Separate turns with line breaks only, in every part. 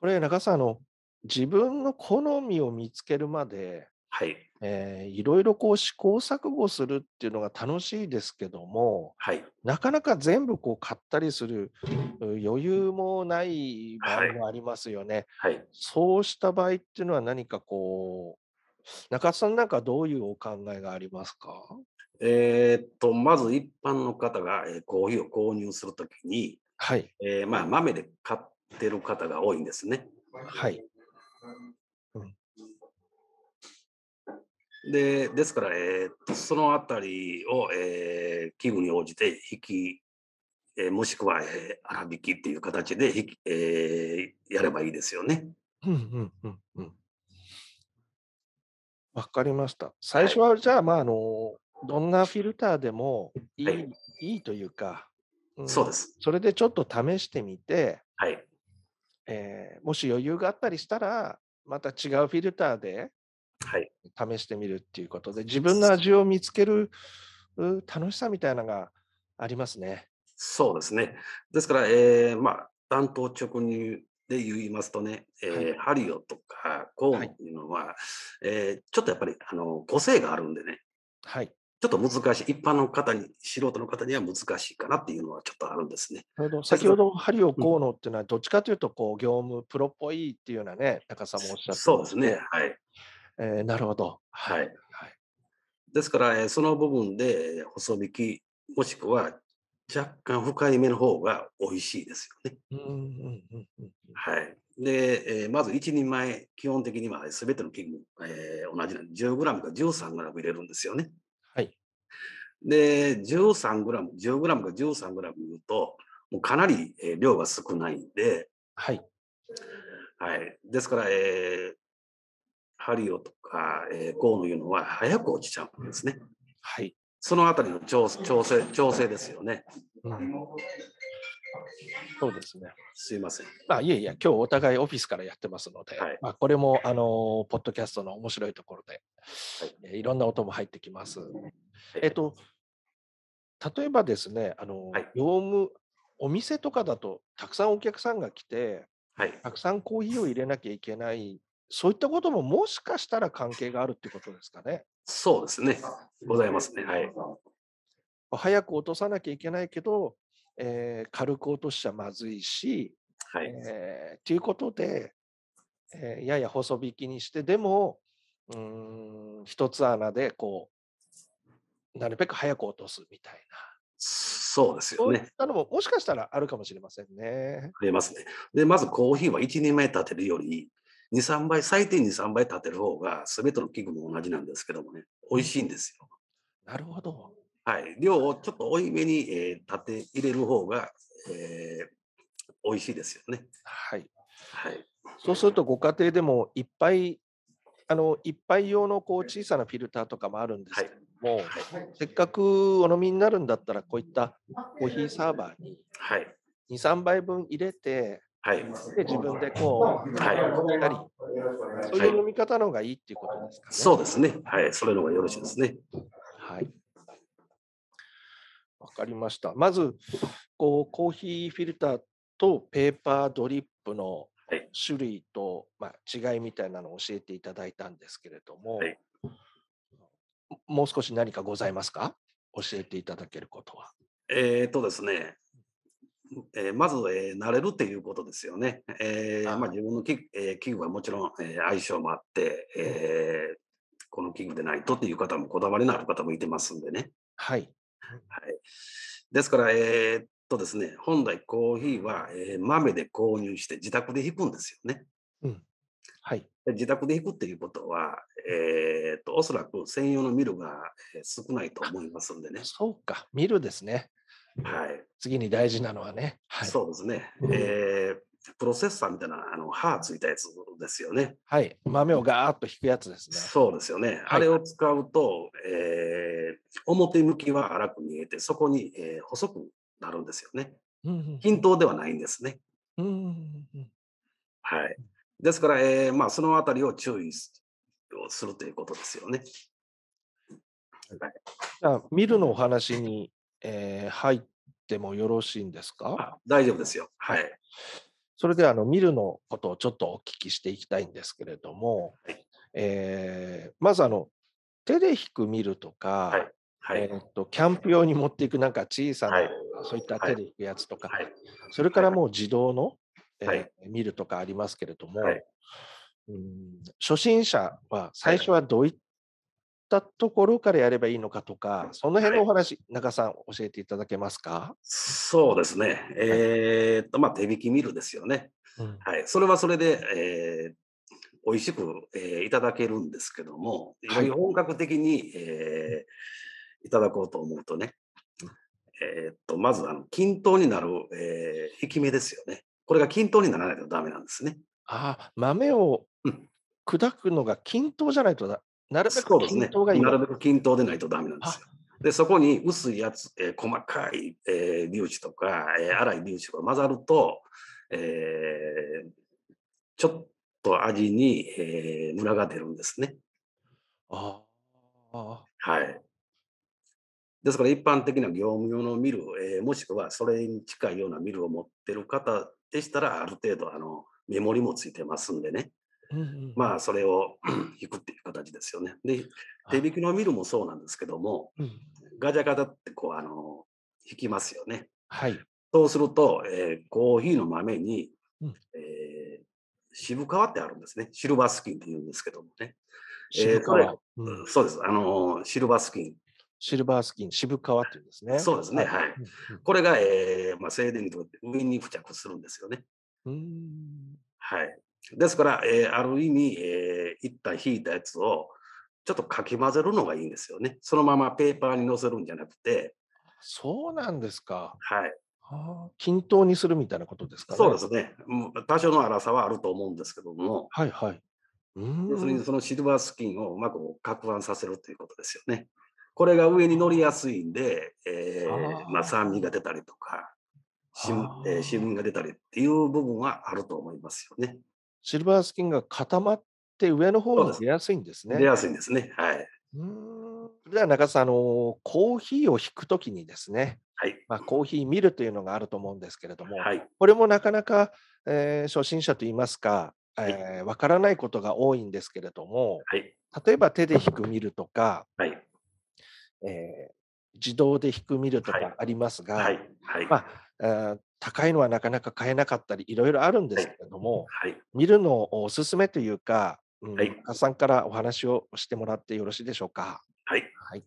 これ、中田さん、あの、自分の好みを見つけるまで、
はい。
えー、いろいろこう試行錯誤するっていうのが楽しいですけども、
はい。
なかなか全部こう買ったりするう余裕もない場
は
合
い。
もありますよね。
はい。
そうした場合っていうのは何かこう、中田さんなんかどういうお考えがありますか
えーっと、まず一般の方が、えーコーヒーを購入するときに、
はい。
えーまあ、豆で買ってる方が多いんですね。
はい。うん、
で、ですから、えーっと、そのあたりを、えー器具に応じて引き、えーもしくは、えー粗挽きっていう形で引き、えーやればいいですよね。
うんうんうんうん。わかりました。最
は
初
い。
は、じゃあ、まあ、あの、どんなフィルターでも
はい
い、
い。
いいというか、う
そうで
ん、
す。
それでちょっと試してみて、
はい。
えーもし余裕があったりしたら、また違うフィルターで
はい。
試してみるっていうことで、自分の味を見つけるう楽しさみたいなのがありますね。
そうですね。ですから、えーまあ、単刀直入で言いますとね、
はい。
えーハリオとかコー
は
ンっ
い。
ていうのは、えーちょっとやっぱりあの個性があるんでね、
はい。
ちょっと難しい、一般の方に、素人の方には難しいかなっていうのはちょっとあるんですね。
なるほど
です
先
が、
ほど、針を
うん、
こうのっていうのは、どっちかというと、こう、業務プロっぽいっていうようなね、高さんもおっしゃって
そう
まし
ですね。
て、
はい。
えーなるほど。は。
はいい。
はい。
ですから、えーその部分でえー細引き、もしくは若干深いめの方が美味しいですよね。
うんうんうんうんうん。
はい。で、えーまず一人前、基本的には全ての器具、えー同じなんで、10g か 13g 入れるんですよね。
はい。
で、13g、10g か 13g 言うと、もうかなり、えー量が少ないんで、
はい。
はい。ですから、えーハリオとか、えー、コーのいうのは早く落ちちゃうんですね。
はい。
そのあたりの調調整、調整ですよね。
うん。そうですね。
すいません。
まあ、いえいえ、今日お互いオフィスからやってますので、
はい。
まあ、これも、あの、ポッドキャストの面白いところで、
はい。
えーいろんな音も入ってきます。
は
えっ
い。
と、例えばですね、あ
は
の、
い。
業務、お店とかだと、たくさんお客さんが来て、
はい。
たくさんコーヒーを入れなきゃいけない、そういったことももしかしたら関係があるってことですかね。
そうですね。
う
ござい
ん、
ますね。はい。
早く落とさなきゃいけないけど、えー軽く落としちゃまずいし、
はい。
えー、ということで、えーやや細引きにして、でも、うーん、一つ穴で、こう、なるべく早く落とすみたいな。
そうですよ
そういっ
ね。
たのも、もしかしたらあるかもしれませんね。
ありますね。で、まずコーヒーは1人前立てるより、2、3倍、最低2、3倍立てる方が、すべての器具も同じなんですけどもね、美
う
味しいん
ん、
ですよ。
なるほど。
はい。量をちょっと多いめに、えー立て入れる方が、えー美味しいですよね。
はい。
はい。
そうすると、ご家庭でもいっぱい、あの、いっぱい用のこう小さなフィルターとかもあるんで
は
す
い。
けども、
はい。
せっかくお飲みになるんだったら、こういったコーヒーサーバーに
はい。
2、3杯分入れて、
はい。
で、自分でこ
はい。
う、飲んだり、そう
は
いう
い。
飲み方の方がいいっていうことですかね。
そうですね。はい。それの方がよろしいですね。
はい。わかりました。まず、こう、コーヒーフィルターとペーパードリップの
はい。
種類と、まあ、違いみたいなのを教えていただいたんですけれど
は
も、
い。
もう少し何かございますか教えていただけることは。
えー、とですね。えーまず、えー慣れるっていうことですよね。えーまあ、
あ
自分の器,、えー器具はもちろん、えー相性もあって、
うん、
えーこの器具でないとっていう方もこだわりのある方もいてますんでね。
はい。
はい、ですから、えーっとですね、本来コーヒーは、えー豆で購入して自宅で引くんですよね。
うん。はい。
で自宅で引くっていうことは、えーっと、おそらく専用のミルがえー少ないと
あ
思いますんでね。
そうか。見るですね。
はい。
次に大事なのはね。はい。
そうですね。えープロセッサーみたいな、あの、刃ついたやつですよね。
はい。豆をガーッと引くやつですね。
そうですよね。あ
は
れ
い。
を使うと、えー表向きは荒く見えて、そこに、えー細くなるんですよね。
うんうんう
均
ん
等ではないんですね。
うんうんうん
はい。ですから、えーまあ、そのあたりを注意すをするということですよね。
はい
はい、
じゃあ、見るのお話に、えー入ってもよろしいんですか
あ大丈夫ですよ。は
あ
い。
それではあのミルのことをちょっとお聞きしていきたいんですけれども、
はい
えーまずあの手で引くミルとか、
はい。
えーっとキャンプ用に持っていくなんか小さな、
はい
そういった手で引くやつとか、
はい。
それからもう自動の、
はい
えー見るとかありますけれども、
はい
うん初心者は最初はどういったところからやればいいのかとか、その辺のお話、中さん教えていただけますか、
そうですね。えーっと、まあ、手引きミルですよね。はい。それはそれで、えー美味しく、えーいただけるんですけども、よ
はい
り本格的に、えーいただこうと思うとね、えーっと、まず、あの、均等になる、えー引き目ですよね。これが均等にならないとダメなんですね。
ああ豆を
うん
砕くのが均等じゃないとだなるべ
そう
く
ですね
均等がいい
な
の、
るべく均等でないとダメなんですよ。で、そこに薄いやつ、えー細かい、えー粒子とか、えー粗い粒子が混ざると、えーちょっと味に、えームラが出るんですね。
ああ
はい。ですから一般的な業務用のミル、えーもしくはそれに近いようなミルを持ってる方でしたら、ある程度あのメモリもついてますんでね、
うんうん
まあそれを 引くっていう形ですよね。で、手引きのミルもそうなんですけども、
うん
ガチャガチャってこう、あの、引きますよね。
はい
そうすると、えーコーヒーの豆に、
うん
えー渋皮ってあるんですね。シルバースキンって言うんですけどもね。え
渋
ー
皮、
それ
うん
そうです。あのーシルバースキン。
シルバースキン渋皮っていうんですね
そうですね。はい。
うんうん
これが、えーまあ、静電気とかって上に付着するんですよね。
うん
はい。ですから、えーある意味、えー一旦引いたやつを、ちょっとかき混ぜるのがいいんですよね。そのままペーパーに乗せるんじゃなくて、
そうなんですか
はい。
あー均等にするみたいなことですかね。
そうですね。うん多少の粗さはあると思うんですけども、
はいはい。うーん
要するにそのシルバースキンをうまく攪拌させるということですよね。これが上に乗りやすいんで、えー
あー
まあ、酸味が出たりとか、渋
あー
えー渋みが出たりっていう部分はあると思いますよね。
シルバースキンが固まって上の方
そう
に
です
出やすいんですね。
出やすいんですね。はい。
うーんでは中田さん、あのーコーヒーを引くときにですね、
はい。
まあ、コーヒー見るというのがあると思うんですけれども、
はい。
これもなかなか、えー初心者といいますか、わ、えーわからないことが多いんですけれども、
はい。
例えば手で引く見るとか、
はい。
えー自動で引く見ると
はい
かありますが、
はい。はい。
まあー高いのはなかなか買えなかったり、いろいろあるんですけれども、
はい。
見るのをおすすめというか、うん
はい
中田さんからお話をしてもらってよろしいでしょうか。
はい。
はい。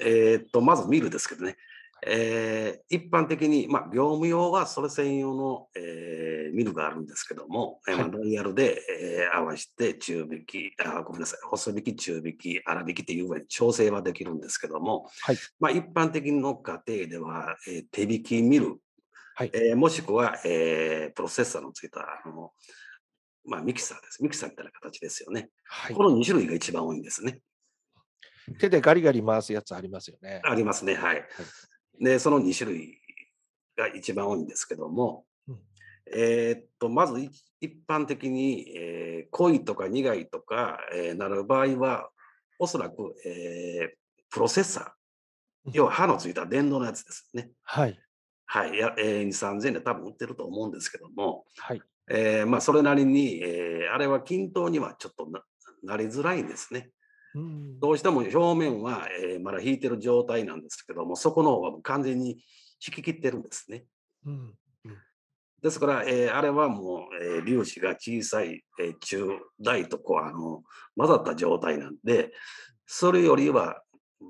えーっと、まず見るですけどね。えー一般的に、まあ、業務用はそれ専用の、えーミルがあるんですけども、えーまあ
はい
ロイヤルで、えー合わせて中引きあ、ごめんなさい、細引き、中引き、粗引きっていう具合に調整はできるんですけども、
はい
まあ、一般的の家庭では、えー手引きミル、
はい
えーもしくは、えープロセッサーのついたあの、まあ、ミキサーです。ミキサーみたいな形ですよね。
はい
こ、の2種類が一番多いんですね。
手でガリガリ回すやつありますよね。
ありますね、はい。で、その2種類が一番多いんですけども、
うん
えーっと、まずい一般的に、えー濃いとか苦いとか、えーなる場合は、おそらく、えープロセッサ
う
ー
ん、
要は歯のついた電動のやつですね。
はい。
はい、やえー、2、3000円で多分売ってると思うんですけども、
はい。
えーまあ、それなりに、えーあれは均等にはちょっとななりづらいんですね。
うん
どうしても表面は、えーまだ引いてる状態なんですけども、そこの方はもう完全に引き切ってるんですね。
うん
ですから、えーあれはもう、えー粒子が小さい、えー中大とこうあの混ざった状態なんで、それよりは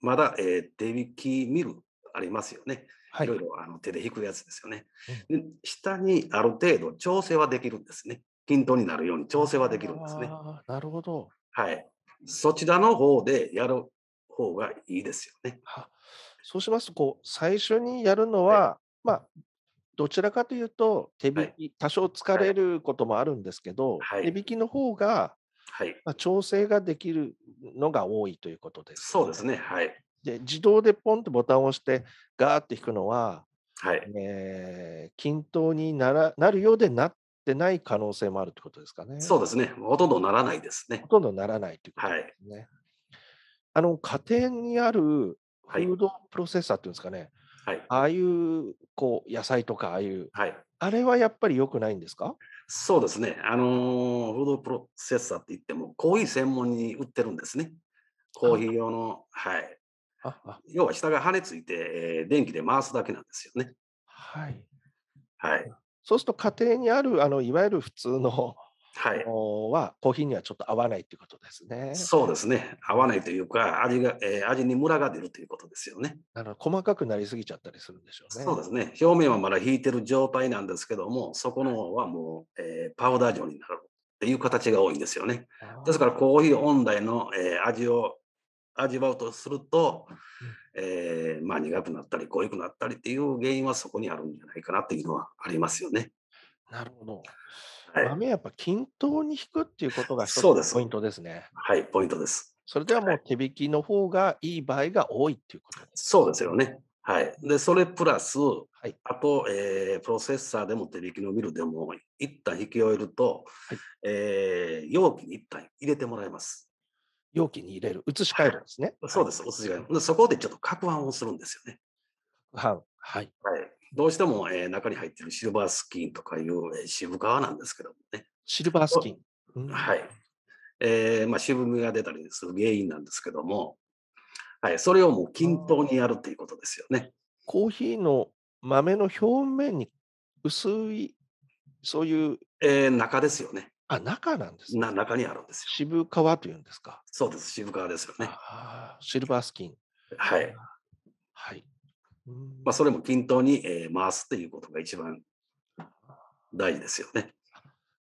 まだ、えー手引きミルありますよね。
はいい
ろい。ろあの手で引くやつですよね、で。下にある程度調整はできるんですね。均等になるように調整はできるんですね。
あーなるほど。
はい。そちらの方でやる方がいいですよね。
はそうしますと、こう、最初にやるのは、まあ、どちらかというと、手引き、
はい
多少疲れることもあるんですけど、
はい
手引きの方が、
はい、
まあ、調整ができるのが多いということです。
そうですね、はい、
で、自動でポンとボタンを押して、ガーって引くのは、
はい、
えー均等にならなるようでなってない可能性もあるってことですかね。
そうですね、ほとんどならないですね
ほ。とんどならないということですね。あの家庭にあるフ
はい
ードプロセッサーっていうんですかね、
はい、
ああいうこう野菜とか、ああいう
はい、
あれはやっぱり良くないんですか
そうですね。あのーフードプロセッサーって言っても、コーヒー専門に売ってるんですね。コーヒー用の、はい。
ああ
要は下が羽根ついて、えー電気で回すだけなんですよね。
はい。
はい。
そうすると家庭にあるあのいわゆる普通の
はい。
おはコーヒーにはちょっと合わないということですね。
そうですね。合わないというか、味が、えー味にムラが出るということですよね。
あの細かくなりすぎちゃったりするんでしょうね。
そうですね。表面はまだ引いてる状態なんですけども、そこの方はもう、えーパウダー状になるっていう形が多いんですよね。
あー
ですからコーヒー本来の、えー味を味わうとすると、えーまあ、苦くなったり濃いくなったりっていう原因はそこにあるんじゃないかなっていうのはありますよね。
なるほど。
はい、
豆やっぱ均等に引くっていうことが一つ
そうです
ポイントですね。
はい、ポイントです。
それではもう手引きの方がいい場合が多いっていうことです。
そうですよね。はい、でそれプラス、
い
あと、えープロセッサーでも手引きのミルでも一旦引き終えると、
はい
えー容器に一旦入れてもらいます。
容器に入れる、移し替えるんですね。
そうです、お筋がでそこでちょっと攪拌をするんですよね。
はい。はい。
はい、どうしても、えー中に入ってるシルバースキンとかいう、えー渋皮なんですけどもね、
シルバースキン。うん
はいえーまあ、渋みが出たりする原因なんですけども、はい、それをもう均等にやるっていうことですよね。
コーヒーの豆の表面に薄い、そういう、
えー中ですよね
あ、中なんですね。
な。中にあるんですよ。
渋皮というんですか。
そうです、渋皮ですよね。
あーシルバースキン。
はい
はい。うん
まあ、それも均等に、えー回すっていうことが一番大事ですよね。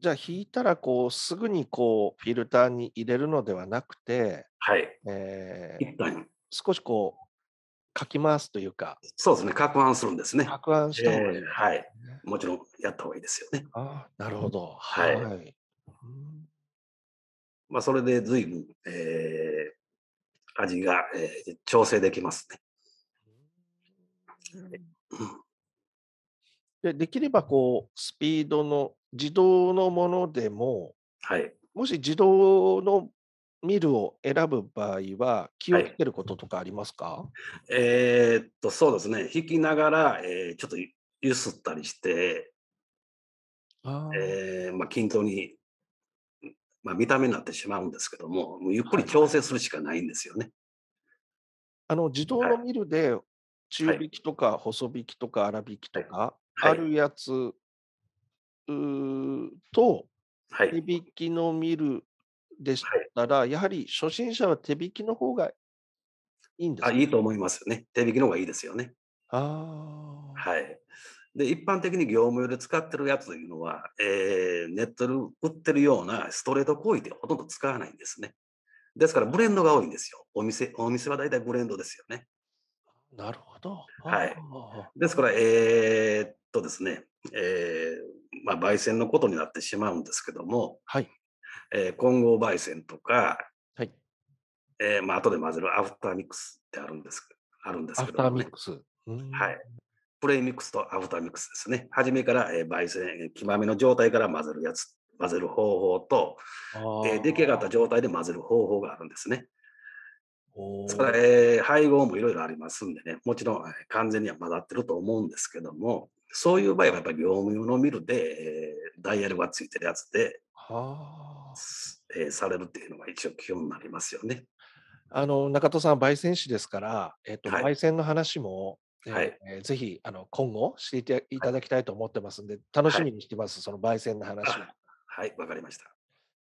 じゃあ、引いたら、こう、すぐにこう、フィルターに入れるのではなくて、
はい、
えー
一旦
少しこう、かき回すというか、
そうですね、攪拌するんですね。
攪拌した方がいい、
えーはい、もちろんやった方がいいですよね。
あーなるほど。
はい
はいうん
まあ、それで随分、えー、味が、えー調整できますね。うん
でできればこうスピードの自動のものでも
はい。
もし自動のミルを選ぶ場合は気を
はい
つけることとかありますか、
えーっと、そうですね。引きながら、えーちょっとゆすったりして、
あー
えーまあ、均等に、まあ、見た目になってしまうんですけども、もうゆっくり
はい
調整するしかないんですよね。
あの自動
はい
のミルで中引きとか細引きとか粗引きとか
は
あ
い。
るやつうーと
は
手
い。
引きのミルでしたらやはり初心者は手引きの方がいいんです
あ
か
いいと思いますよね。手引きの方がいいですよね。
あー
はい。で、一般的に業務用で使ってるやつというのは、えーネットで売ってるようなストレート行為でほとんど使わないんですね。ですから、ブレンドが多いんですよ。お店、お店は大体ブレンドですよね。
なるほど。
はい
あー
ですから、えーっとですね、えーまあ、焙煎のことになってしまうんですけども、
はい。
えー混合焙煎とか、
はい。
えーまあ後で混ぜるアフターミックスってあるんですあるんです
ア
け
フ
ど
ター
も、
ミ
ね
ッ、クス。うん
はい。プレイミックスとアフターミックスですね。初めから、えー焙煎、きまめの状態から混ぜるやつ、混ぜる方法と、えー出来上がった状態で混ぜる方法があるんですね。ですから、えー配合もいろいろありますんでね、もちろん、えー完全には混ざってると思うんですけども、そういう場合はやっぱり業務用のミルで、えーダイヤルがついてるやつで、
あーはー
えーされるっていうのが一応基本になりますよね。
あの中戸さん、焙煎師ですから、えっと
はい
焙煎の話も、えー
はい
えーぜひあの今後していていただきたいと思ってますんで、楽しみにしてます、その焙煎の話も。
あはい、わかりました。